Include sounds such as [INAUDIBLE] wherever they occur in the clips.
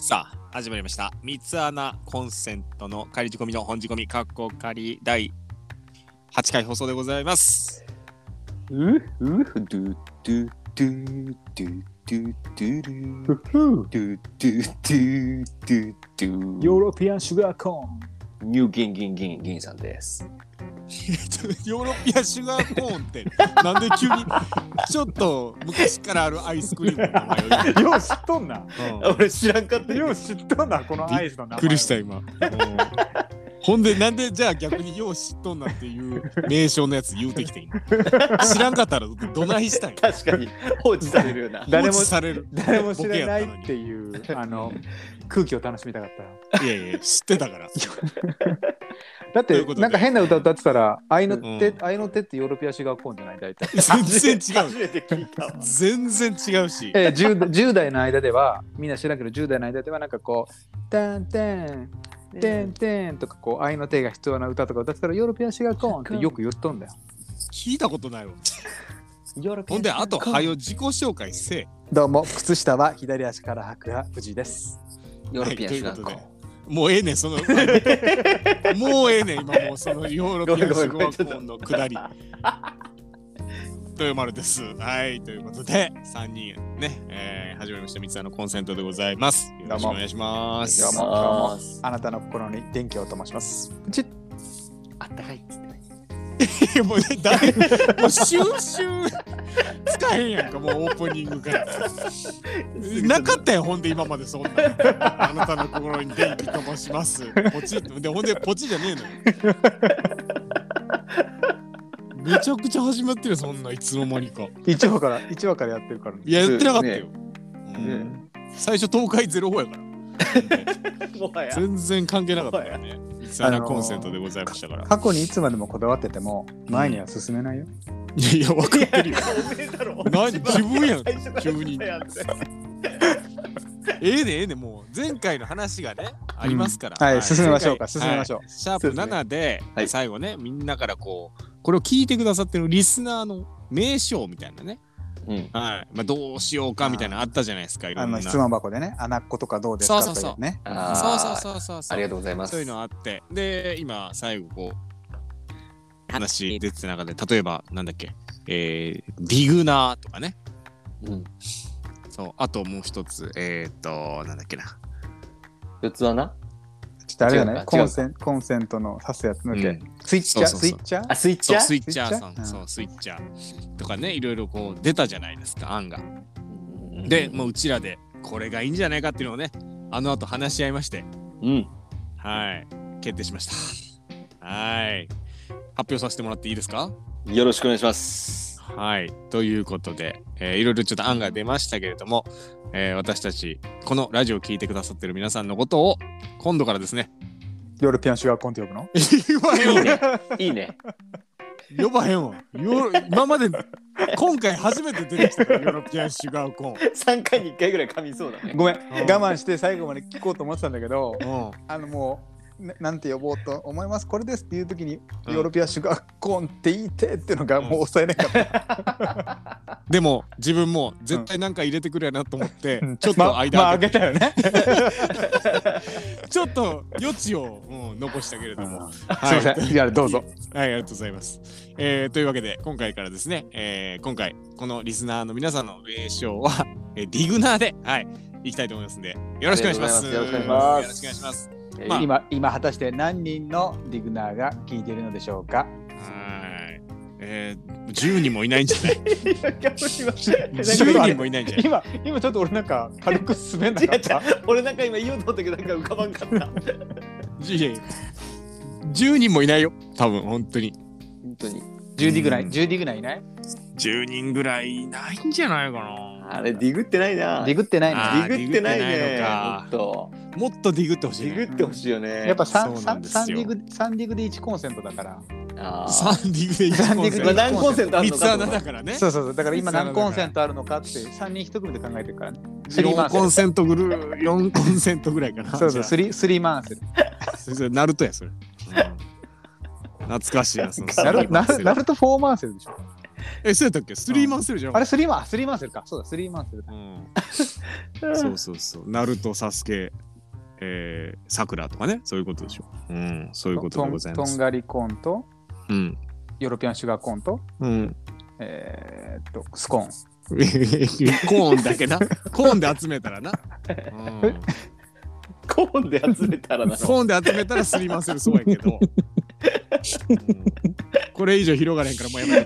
さあ始まりました「三つ穴コンセントの仮仕込みの本仕込み」かっこ仮第8回放送でございます。 [LAUGHS] ううドゥドゥドゥドゥドゥドゥドゥドゥふっふドゥドゥドゥドゥドゥヨーロピアンシュガーコーン。ニューギンギンギンギンさんです。えっとヨーロピアシュガーコーンって [LAUGHS] なんで急にちょっと昔からあるアイスクリームの名前を言うよう知っとんな。うん俺知らんかったよう知っとんな、このアイスのび名っ前。くりした今。うんほんでなんでじゃあ逆によう知っとんなっていう名称のやつ言うてきて今知らんかったらどないしたんや確かに放置されるような。誰も放置される誰も知らないボっケていう、あの、空気を楽しみたかっやったのにいやいや知ってた [LAUGHS] からた。だっというてこと、でなんか変な歌歌ってたら、愛の手う、愛の手ってヨーロピアンシュガーコーンじゃない、大体。全然違う初めて聞いたわ。 [LAUGHS] 全然違うしえー、10, 10代の間ではみんな知らんけど10代の間ではなんかこう「てんてんてんてん」とかこう愛の手が必要な歌とか歌ってたらヨーロピアンシガーコーンってよく言っとんだよ。聞いたことないわヨーロピアほんであとはよ。よ自己紹介せえどうも靴下は左足から履くは藤井です。ヨーロピアンシュガーコーンはいもうええねん [LAUGHS] そのもうええねん今もうそのヨーロピアンシュガーコーンのくだりというまるですはいということで3人ね、えー、始めました三つ穴のコンセントでございますよろしくお願いしますどうもあーあなたの心に電気を灯します。プチッあったかいっつってね。いやもうねだいもう収集 [LAUGHS] 使えへんやんかもうオープニングからなかったよほんで今までそんなあなたの心に電気ともしますポチッでほんでポチじゃねえのよめちゃくちゃ始まってるそんないつの間にか1話から1話からやってるから、ねいややってなかったよ、うんね最初東海ゼロ方やからもはや。全然関係なかったからねいつあコンセントでございましたから、過去にいつまでもこだわってても前には進めないよ。いやいや分かってるよおめえだろな自分やん最初から急にやってええねええねもう前回の話がねありますから、はい進めましょうか前回進めましょうはいシャープ7で、はい最後ねみんなからこうこれを聞いてくださってるリスナーの名称みたいなね、うんはいまあ、どうしようかみたいなのあったじゃないですかいろあんなの質問箱でね「穴っ子とかどうですか?」そうとそうそうかね。あそうそうーそうそうそあうりがとうございます。そういうのあってで今最後こう話出てた中で例えばなんだっけえー、ビグナーとかねうんそうあともう一つえー、っとなんだっけな四つ穴ちょっとあれじゃ違なういかコンセンコンセントの挿すやつ抜け、うんスイッチャーそうそうそうスイッチャーあ、スイッチそうャスーイッチャーさんスイッチャーそうスイッチャーとかねいろいろこう出たじゃないですか案が。うんでもううちらでこれがいいんじゃないかっていうのをねあの後話し合いましてうん。はい決定しました。はい発表させてもらっていいですかよろしくお願いします。はいということで、えーいろいろちょっと案が出ましたけれども、えー私たちこのラジオを聞いてくださってる皆さんのことを今度からですねヨーロピアンシュガーコンって呼ぶの言わへんいいわ [LAUGHS] ね。いいね。呼ばへんわよ今まで今回初めて出てきたからヨーロピアンシュガーコ三回に一回ぐらい噛みそうだ [LAUGHS] ね。ごめんん我慢して最後まで聞こうと思ってたんだけどーン。うんあのもうななんて呼ぼうと思いますこれですっていう時に、うんヨーロピアンシュガーコーンって言いてっていうのがもう抑えなかった、でも自分も絶対なんか入れてくれやなと思って、うんちょっと間、ままあ開けたよねちょっと余地を、うん、残したけれども、すいはませんいやどうぞはい、ありがとうございます。えーというわけで、今回からですね、えー今回、このリスナーの皆さんの名称は、えーディグナーで、はい、いきたいと思いますんで、よろしくお願いします。ありがとうございますよろしくお願いします。えまあー今今果たして何人のディグナーが聞いているのでしょうかはい。えー、10人もいないんじゃ [LAUGHS] ないいや逆に今 ?10 人もいないんじゃない今今ちょっと俺なんか軽く滑んな違うか違っうた俺なんか今言おうと思ったけどなんか浮かばんかった。本いやいや10人もいないよ、多分、本当に。当に。 10ディグナうーん10ディグナーいない10人ぐらいいないんじゃないかな。あれディグってないな。ディグってないのあデーィグってないディグってないねのか。もっともっとディグってほしデい、ね。ィグってほしいよね。やっぱそう 3, なん三ですよ三ディグ3ディグで1コンセントだからあーサンディグで1コンセンまあト。何コンセントある三のつかと穴思っだて。からね。そうそうそうだから三今つ穴だ何からコンセントあるのかって3人1組で考えてるからねスリーマ4ンコンセセントぐる、4コンセントぐらいかな。ルそうそうスリースリーマンセルそれナルトや、それ。うん懐かしいな、そのナスリルーマナンセルルナルト4マンセルでしょ [LAUGHS] え、そうやったっけスリーマンセルじゃん。あれ、スリーマン、スリーマンセルか。そうだ、スリーマンセルだう。ん。 [LAUGHS] そうそうそう。ナルト、サスケ、えー、サクラとかね。そういうことでしょ。うん。そういうことでございまとんとんす。がりコーンと、うん。ヨーロピアンシュガーコーンと、うん。 [LAUGHS] えーっと、スコーン。コーンだけな。コーンで集めたらな。うんコーンで集めたらなの。コーンで集めたらすりませんそうやけ [LAUGHS] ど。うんこれ以上広がれへんからもうやめ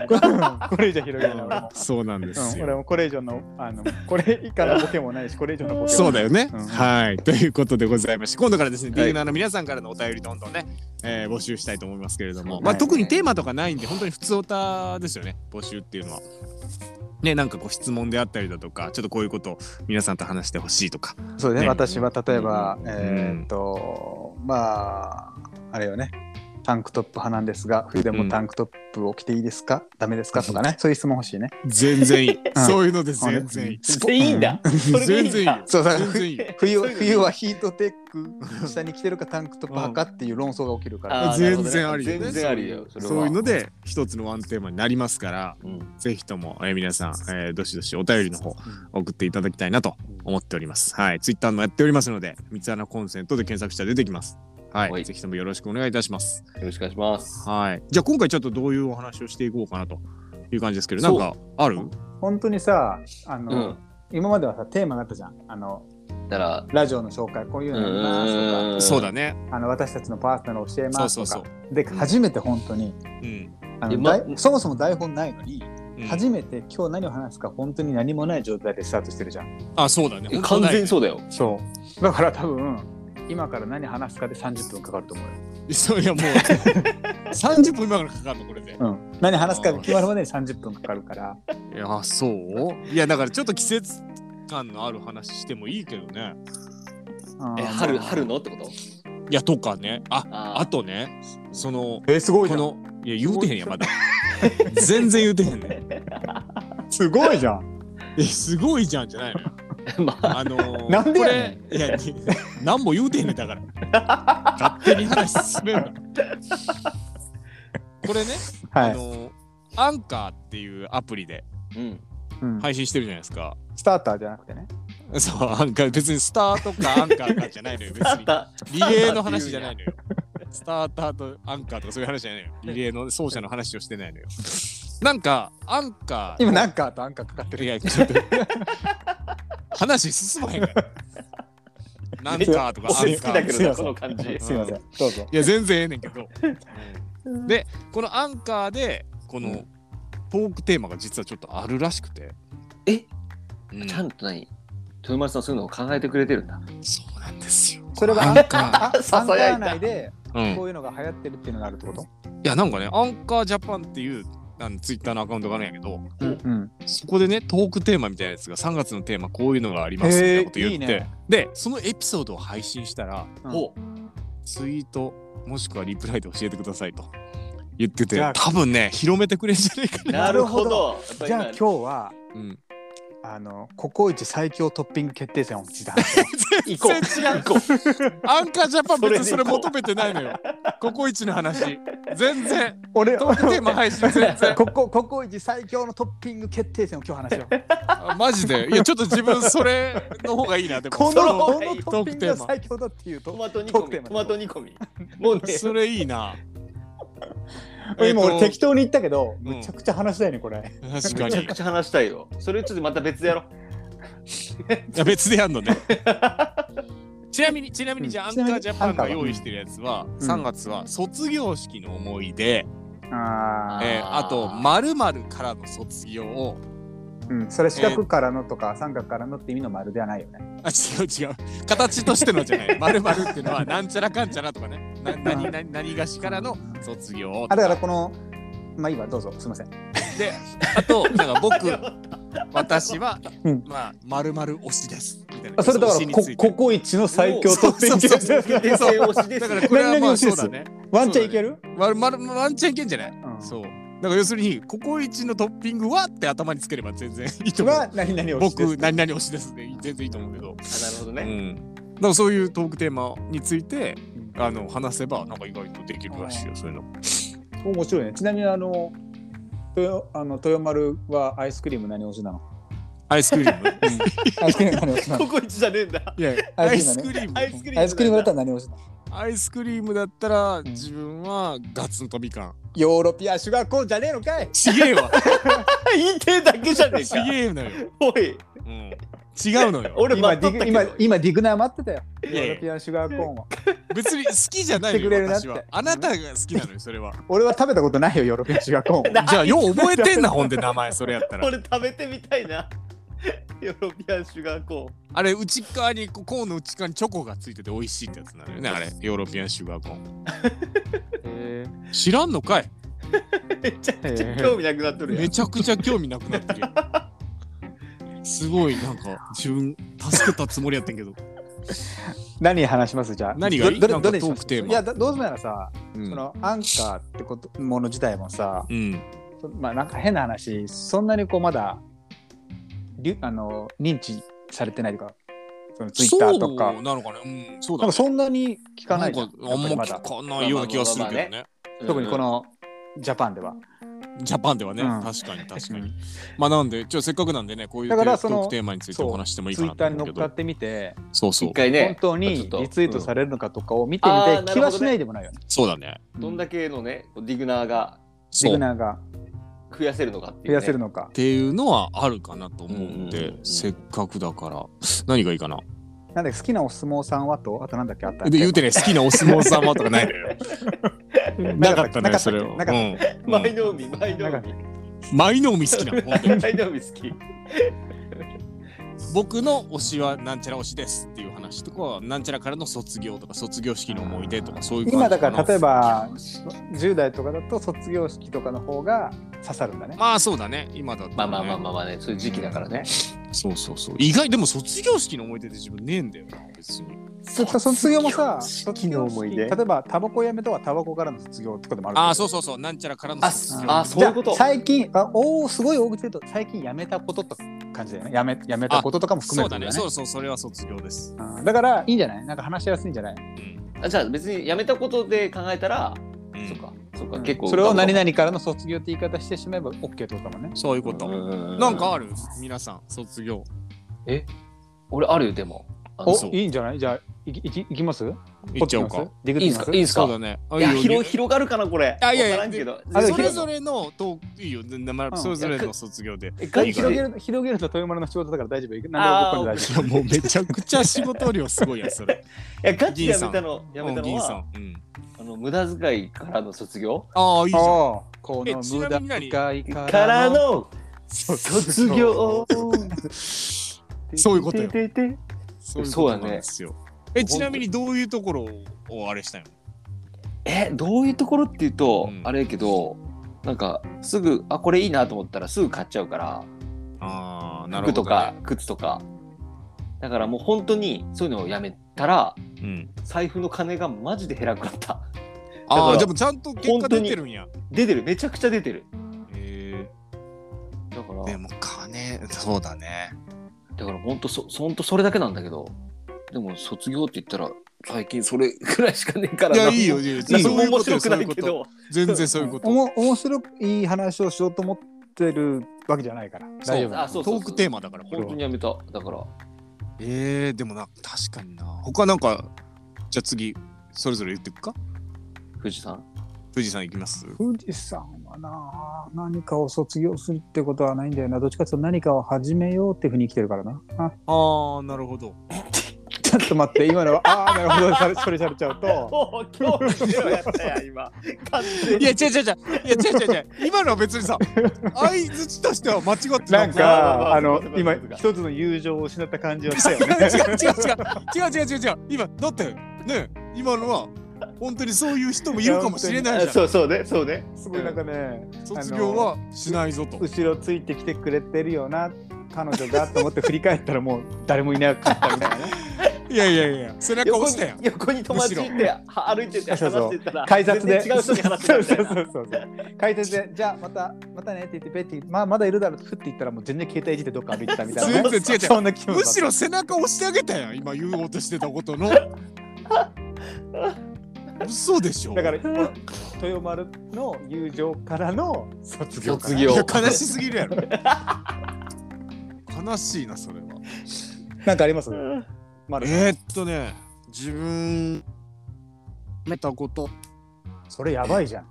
[LAUGHS] てこれ以上広げない俺も。そうなんですうん、よ。俺もこれ以上のあの [LAUGHS] これ以下のボケもないしこれ以上のボケもないそうだよね、うんはい。ということでございまして、今度からですね、ディグナーの皆さんからのお便りどんどんね、えー募集したいと思いますけれども、はいまあ、特にテーマとかないんで、本当に普通オタですよね、募集っていうのは。ね、なんかこう質問であったりだとか、ちょっとこういうことを皆さんと話してほしいとか。そうねね私は例えば、うんえーっとまああれよねタンクトップ派なんですが冬でうもんタンクトップを着ていいですか、ダメですかとかねそういう質問欲しいね全然いい。ん [LAUGHS] そういうので全然いい。スポ全員だ。それでいいんだ全然いいよ。そうだから全然いいよ。 [LAUGHS] 冬そういうの冬はヒートテック下に着てるかタンクトップ派かっていう論争が起きるから、あー全然ありよね全然ありよ。れはそういうの。で一つのワンテーマになりますから、うんぜひとも、えー皆さん、えーどしどしお便りの方送っていただきたいなと思っております。はい、ツイッターもやっておりますので、三つ穴コンセントで検索したら出てきます。はい、はいぜひともよろしくお願いいたします。よろしくお願いします。はい、じゃあ今回ちょっとどういうお話をしていこうかなという感じですけど、なんかある？本当にさあうの、ん。今まではさテーマがあったじゃんあのだから、ラジオの紹介こういううーのやりますとかんそうだ。ね。あの私たちのパーソナルを教えそまうすそとうかそう。でうん初めて本当にうん。あいやのまだいそもそも台本ないのに、うん初めて今日何を話すか本当に何もない状態でスタートしてるじゃんあ、そうだね。本当完だよ全にそうだよ。そうだから多分今から何話すかで30分かかると思うよ、そういやもう三十分今からかかるのこれで。うん、何話すかが決まるまでに30分かかるからいやそういやだからちょっと季節感のある話してもいいけどねうんえ、春、春のってこといやとかねあああとねそのえすごいじこゃんのいや言うてへんやまだ全然言うてへんねすごいじゃんえすごいじゃんじゃないのよと。 [LAUGHS] まあ、あのー、なんでやねこれいや何も言うてへんねんだから勝手に話進めるなこれね、はあい、のーアンカーっていうアプリでうん。うん配信してるじゃないですか。スターターじゃなくてねそう、アンカー、別にスターとかアンカーかじゃないの [LAUGHS] よ、別あにっ。た。リレーの話じゃないのよ。スターターとアンカーとかそういう話じゃないのよ。リレーの走者の話をしてないのよ。なんか、アンカー。今なんかとアンカーかかっているや、ちょっと。話進まへんから。なんかとか、ア俺ン好きカだー。けすいどな、ませんこの感じ。すいませんどうぞいや、全然ええねんけど。で、このアンカーで、こうのんトークテーマが実はちょっとあるらしくて。えうんちゃんと何豊丸さんそういうのを考えてくれてるんだ。そうなんですよ。それはアンアンカカー。ーあアンカー内でう [LAUGHS] んこういうのが流行ってるっていうのがあるってこと、いやなんかねアンカージャパンっていうあのツイッターのアカウントがあるんやけどうん、そこでねトークテーマみたいなやつが3月のテーマこういうのがありますみたいなこと言って、へーいいねでそのエピソードを配信したらうんおツイートもしくはリプライで教えてくださいと言っててじゃあ多分ね広めてくれんじゃない [LAUGHS] かな、なるほど。じゃあ今日はうん、あのココイチ最強トッピング決定戦を聞いた [LAUGHS] 日行こう。行こう。アンカージャパン別にそそれれでいこう求めてないのよココイチの話全然俺トークテーマ配信全然 [LAUGHS] ここココイチ最強のトッピング決定戦を今日話しようあマジでいやちょっと自分それの方がいいなでもこ [LAUGHS] のそのこのトッピングが最強だっていうト [LAUGHS] とマト煮込み。トマト煮込み。もうね。それいいなこれ今俺適当当に言ったけど、んめちゃくちゃ話だよねこれ確かめちゃにくちゃ話したいよ。それちょっとまた別でやろいや別でやんのねちなみにちなみにじゃあ、うんアンカージャパンちながみに用意してるやつは、ん3月は卒業式の思い出、あーえーあとまるからの卒業をうん、それ四角からのとか三角からのって意味の丸ではないよねあ違う違う形としてのじゃないまるっていうのはなんちゃらかんちゃらとかねな何何何がしからの卒業をあだからこのまあいいわどうぞすいませんであとなんか僕私は、うんまあまる推しですみたいなあそれだから推しにこついてココイチの最強トッピング決そ定うそうそうう。戦 [LAUGHS] そう推しでだすかよらこれはまあ何々推しそでうすだねワンチャンいけるまるまるワンチャンいけんじゃないうんそう。だから要するに、ココイチのトッピングはって頭につければ全然いいと思う。は何々を僕、何々推しですね。全然いいと思うけど。あなるほどうね。ん。だからそういうトークテーマについて、あの、話せば、なんか意外とできるらしいよ、そういうの。面白いねちなみにあの豊あの豊丸はアイスクリーム何推しなのアイスクリ [LAUGHS] ームアイスクリーム何推しなコのコイチじゃねえんだ。いやアアイイススククリリームアイスクリーム。アイスクリームだったら何推しなのアイスクリームだったらん自分はガツンとみかんヨーロピアシュガーコーンじゃねえのかいちげえわら言いてえだけじゃねえちか。げえのよ、おい、うん、違うのよ俺今待デっィグとったけ今ど。今ディグナー待ってたよヨいやいやーロピアシュガーコーンを別に好きじゃないの知ってくれよるなっ私てはあなたが好きなのよそれは俺は食べたことないよヨーロピアシュガ [LAUGHS] ーコーンをじゃあよう覚えてんなほんで名前それやったら俺食べてみたいな。ヨーロピアンシュガーコあれ内側にこうコーンの内側にチョコがついてて美味しいってやつなのよねあれヨーロピアンシュガーコーンへ知らんのかいーン。めちゃくちゃ興味なくなっとるやめん。ちゃくちゃ興味なくなってるよすごいなんか自分助けたつもりやってんけど、何話しますじゃあ何がいいどどなれんかどれにしトーまクすテーマいやだどうせならさ、うんそのアンカーってこともの自体もさうん、そまあなんか変な話そんなにこうまだりゅあの認知されてないとかそのツイッターとかそうなのかねうんそうなだんかそんなに聞かななんいじかゃあんんまやっぱりだ聞かないような気がするけどね,、特にこのジャパンでは、ジャパンではね、うん確かに確かうにまあなんでちょせっかくなんでねこういうだトからーそのクテーマについてお話してもいいツかイなッとターに思う乗けっかどってみてそうそ一う回ね本、当にリツイートされるのかとかを見てみちょっとうんて、あー気はしないでもないよね。そうだねどんだけのね、ディグナーがディそうグっナーが増やせるのかってい増う、ね。やせるのか。ていうのはあるかなと思うんで、うんうんうんせっかくだから何がいいかななんだっけ好きなお相撲さんはと、あとなんだっけあったで言うてね好きなお相撲様とかないのよ [LAUGHS] なかったねなかったそれをなかったうん前の海、前の [LAUGHS] 海。舞の海好きなの本当に前の海好き。僕の推しはなんちゃら推しですっていう話とかなんちゃらからの卒業とか卒業式の思い出とかそういう感じ今だから例えばば10代とかだと卒業式とかの方が刺さるんだね。まあそうだね今だと、ね、まあまあまあまあまあね、そういう時期だからね。そうそうそう意外でも卒業式の思い出って自分ねえんだよな別にそっか卒業もさ、卒業式の思い卒業出式例えばタバコやめとはタバコからの卒業ってこともあるああそうそうそうなんちゃらからの卒業ああそういうことじゃあ最近あおおすごい大口で言うと最近やめたことと感じだよねやめやめたこととかも含めそうるだんねだよねそうそうそれは卒業ですうんだからいいんじゃないなんか話しやすいんじゃない、あじゃあ別にやめたことで考えたら、うそっんか、そっか、結構。それを何々からの卒業って言い方してしまえば OK ってことだもんねそういうこと、となんかある皆さん卒業俺あるよ、でも。あのおそういいんじゃないじゃあいきいきいきますいっちゃおうかディグいいいきんすまかすいいんすそうかだねあいいやいよ広広がるかなこれ。あいやいやわからんけど。あでもそれぞれのトークいいよ名前うんそれぞれの卒業でえいいか広な広げげるる広げると豊丸の仕事だから大丈夫あ何でーも大い丈やもうめちゃくちゃ仕事量すごいやんそ [LAUGHS] れいやガチでやめたのやめたうんの銀さはん、うん、あの無駄遣いからの卒業ああいいじゃん夫あーこえちなみに何遣いからの卒卒業 [LAUGHS] そういうことよててててそういうそうことだなねんですよえちなみにどういうところをあれしたんよえどういうところっていうと、うんあれやけどなんかすぐあこれいいなと思ったらすぐ買っちゃうからああなるほど、服ね、とか靴とかだからもう本当にそういうのをやめたらうん財布の金がマジで減らなくなったあだかあ、らでもちゃんと結果出てるんや。出てるめちゃくちゃ出てるえだからーでも金、そうだね。だから本当そ本当それだけなんだけどでも卒業って言ったら最近それぐらいしかねえからいや、何もいいよ、いいよ。何そうもいうこ面とよ白くなそういいうけことど全然そういうこと。おも面白い話をしようと思ってるわけじゃないからそう大丈夫あそうトそうそうークテーマだから、これ本当は。にやめただからえー、でもな、確かにな。他なんか、じゃあ次、それぞれ言ってくか富士山富士山行きます富士山はな何かを卒業するってことはないんだよなどっちかというと何かを始めようっていうふうに生きてるからなあああ、なるほど。ちょっと待って今のはああなるほどそれそれされちゃうとお今日のやったや今 [LAUGHS] 完全いや、違う違う違う。いや、違う違う違う。今のは別に [LAUGHS] さ、相づちとしては間違ってななんいかあのそうかそう今かそうか一つの友情を失った感じはしたよ違う違う違う違う違う違う違ねう違う今だってね今のは本当にそういう人もいるかもしれないじゃんそうそうねそうねすごいなんかね卒業はしないぞと後ろついてきてくれてるよな彼女がと思って振り返ったらもう誰もいなかったみたいなねいやいやいや背中横押しにたやん横に友達いては歩いてて話してた [LAUGHS] ら改札で全然違う人に話してたそみうそたういそうなそう改札でじゃあまたまたねって言ってベッてまあまだいるだろうってふって言ったらもう全然携帯いじってどっか歩いてたみたいな、ね、全然違う違う [LAUGHS] そんな気分だむ [LAUGHS] しろ背中押してあげたやん今言おうとしてたことの嘘でしょだからこの豊丸の友情からの卒業かな卒業いや悲しすぎるやろ [LAUGHS] 悲しいなそれはなんかありますまだえー、っとね自分めたことそれやばいじゃん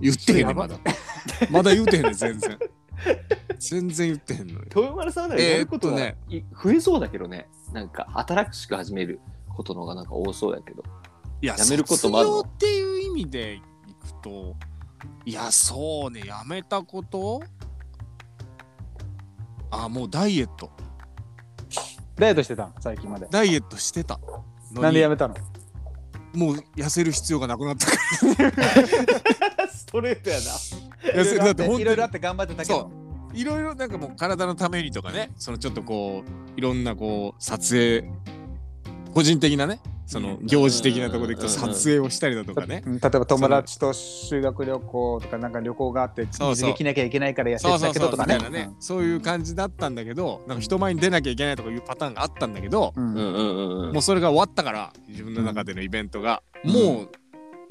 言ってへんねやばまだまだ言うてへんね全 [LAUGHS] 然全然言ってへんのよ豊丸さんならやることがえーっい増えそうだけどね。なんか、新しく始めることの方がなんか多そうやけど。いややめることもあるの卒業っていう意味でいくといやそうねやめたことあもうダイエットダイエットしてたん最近までダイエットしてたのなんでにやめたのもう痩せる必要がなくなったかストレートやなら痩せだって本 [LAUGHS] 当いろいにろあって頑張ってたけどいろいろなんかもう体のためにとかねそのちょっとこういろんなこう撮影個人的なねその行事的なところでこううんうんうんうん撮影をしたりだとかね例えば友達と修学旅行とかなんか旅行があってそう水そう着着なきゃいけないから痩そうせそたうけそどうとみかたねいなねそういう感じだったんだけどなんか人前に出なきゃいけないとかいうパターンがあったんだけどううんんうんうんうんうん。もうそれが終わったから自分の中でのイベントがうんもう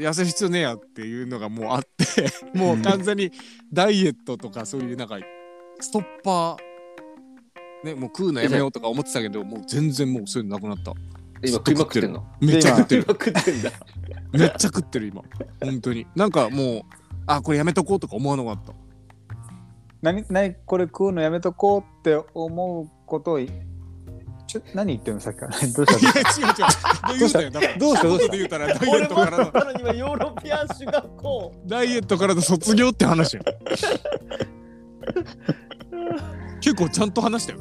痩せる必要ねえやっていうのがもうあってもう完全にダイエットとかそういうなんかストッパーね、もう食うのやめようとか思ってたけどもう全然もうそういうのなくなった今食いまくってんの。めっちゃ食ってる食いまくってんだ。めっちゃ食ってる今本当になんかもうあこれやめとこうとか思わなか [LAUGHS] った何何これ食うのやめとこうって思うことをいちょ何言ってるのさっきから [LAUGHS] どうしたい [LAUGHS] や違う違う言うたよだからどうしたどうそういうこしたとで言うたらダイエットからのたのにはヨーロピアン修学校ダイエットからの卒業って話 [LAUGHS] よ結構ちゃんと話したよ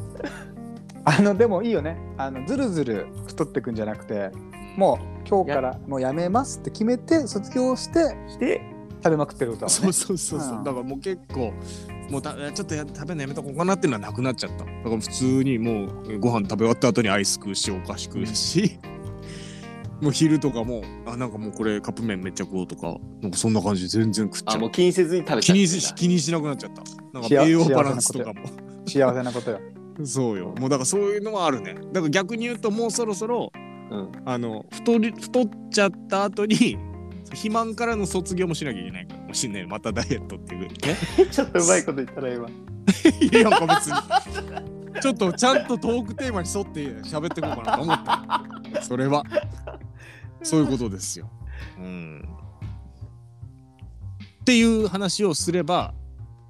あのでもいいよねあのずるずる太ってくんじゃなくてもう今日からもうやめますって決めて卒業してして食べまくってる歌は、ね、そうそうそうそう、うんだからもう結構もうたちょっとや食べるのやめとこうかなっていうのはなくなっちゃっただから普通にもうご飯食べ終わった後にアイス食うしお菓子食うし、もう昼とかもあなんかもうこれカップ麺めっちゃ食おうとかなんかそんな感じで全然食っちゃあ、うもう気にせずに食べちゃ気うにし気にしなくなっちゃったなんか幸栄養バランスとかも幸せなことよそうよもうだからそういうのはあるねだから逆に言うともうそろそろうん。あの太り太っちゃった後に [LAUGHS] 肥満からの卒業もしなきゃいけないからもしんないまたダイエットっていうねちょっとうまいこと言ったら今 [LAUGHS] いやなんか別にちょっとちゃんとトークテーマに沿って喋っていこうかなと思ったそれはそういうことですようんっていう話をすれば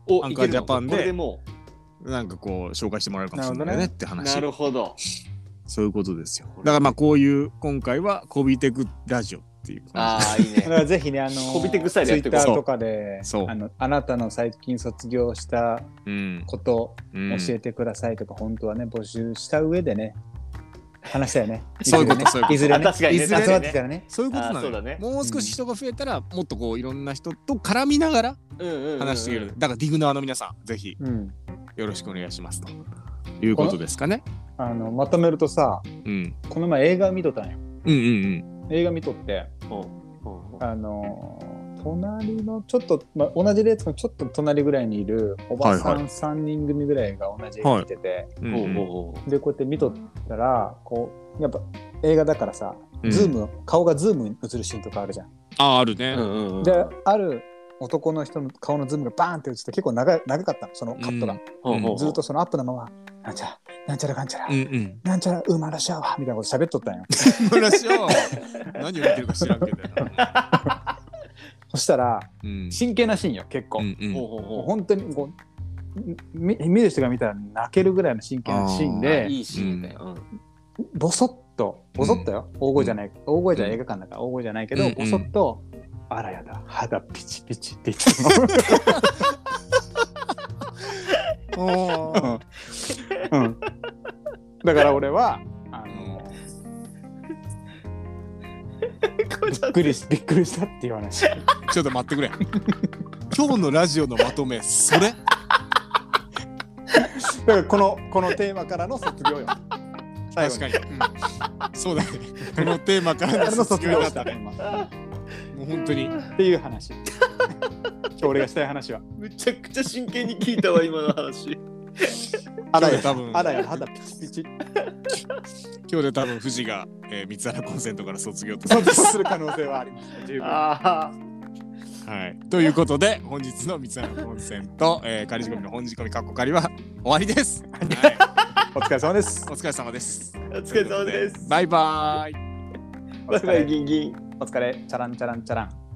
おアンカージャパンでいけるのこれなんかこう紹介してもらえるかもしれないねってでもう話なるほど。そういうことですよ。だからまあこういう今回はコビテクラジオっていう感ああ、いい [LAUGHS] [LAUGHS] だかね。らぜひねあのこびてくさいでツやイっッてこターうとかでそうあのあなたの最近卒業したじ。うん。ことうん教えてくださいとか、本当はね募集した上でね話したよねそういうことそういうこといずれね確かにねいずれね集確かまっにねてからねそういうことなあーのそようだねもう少し人が増えたら、もっとこういろんな人と絡みながら話していける、だからディグナーの皆さんぜひうんよろしくお願いしますということですかね、あのまとめるとさうん、この前映画見とったんようんうん映画見とってうんあのー隣のちょっと、まあ、同じ列のちょっと隣ぐらいにいるおばさはいはん3人組ぐらいが同じ映画見てて、うんおううんおうおうでこうやって見とったらこうやっぱ映画だからさ、うんズーム顔がズームに映るシーンとかあるじゃん。あーあるね、うんうんうん。である男の人の顔のズームがバーンって映って結構長い長かったのそのカットが、ほうほうほうずっとそのアップのまま「なんちゃらなんちゃらかんちゃら、うんうんなんちゃらウーマンラッシャーは」みたいなこと喋っとったんよ。私は何を言ってるか知らんけどな、 [LAUGHS] そしたらうん真剣なシーンよ結構。うんうんほうほうもうほ本当にこうみ見る人が見たら泣けるぐらいの真剣なシーンうであいいシーンだよ。ボソッとボソッとよ、大声じゃない大声じゃ映画館だから大声じゃないけど、うんうんボソッと「あらやだ肌ピチピチ」って言っておーたの、 [LAUGHS] うん、だから俺はあのびっくりしびっくりしたっていう話ちょっと待ってくれ今日のラジオのまとめそれだからこのこのテーマからの卒 [LAUGHS] 業よ最後確かに、うんそうだねこのテーマからからのの卒卒業業だしったた、ね今もう本当にっていう話今日俺がしたい話はむちゃくちゃ真剣に聞いたわ今の話あら今日でや、多分あらや、肌ピチピチ。今日で多分富士が、えー、三原コンセントから卒業と卒業する可能性はあります。十分。ああ。はい、ということで本日の三原コンセント、えー、仮仕込みの本仕込みかっこ仮は終わりです、はい、お疲れ様です [LAUGHS] お。疲れ様ですお疲れ様です。バイバーイバイバイギンギン。お疲れ。チャランチャランチャラン。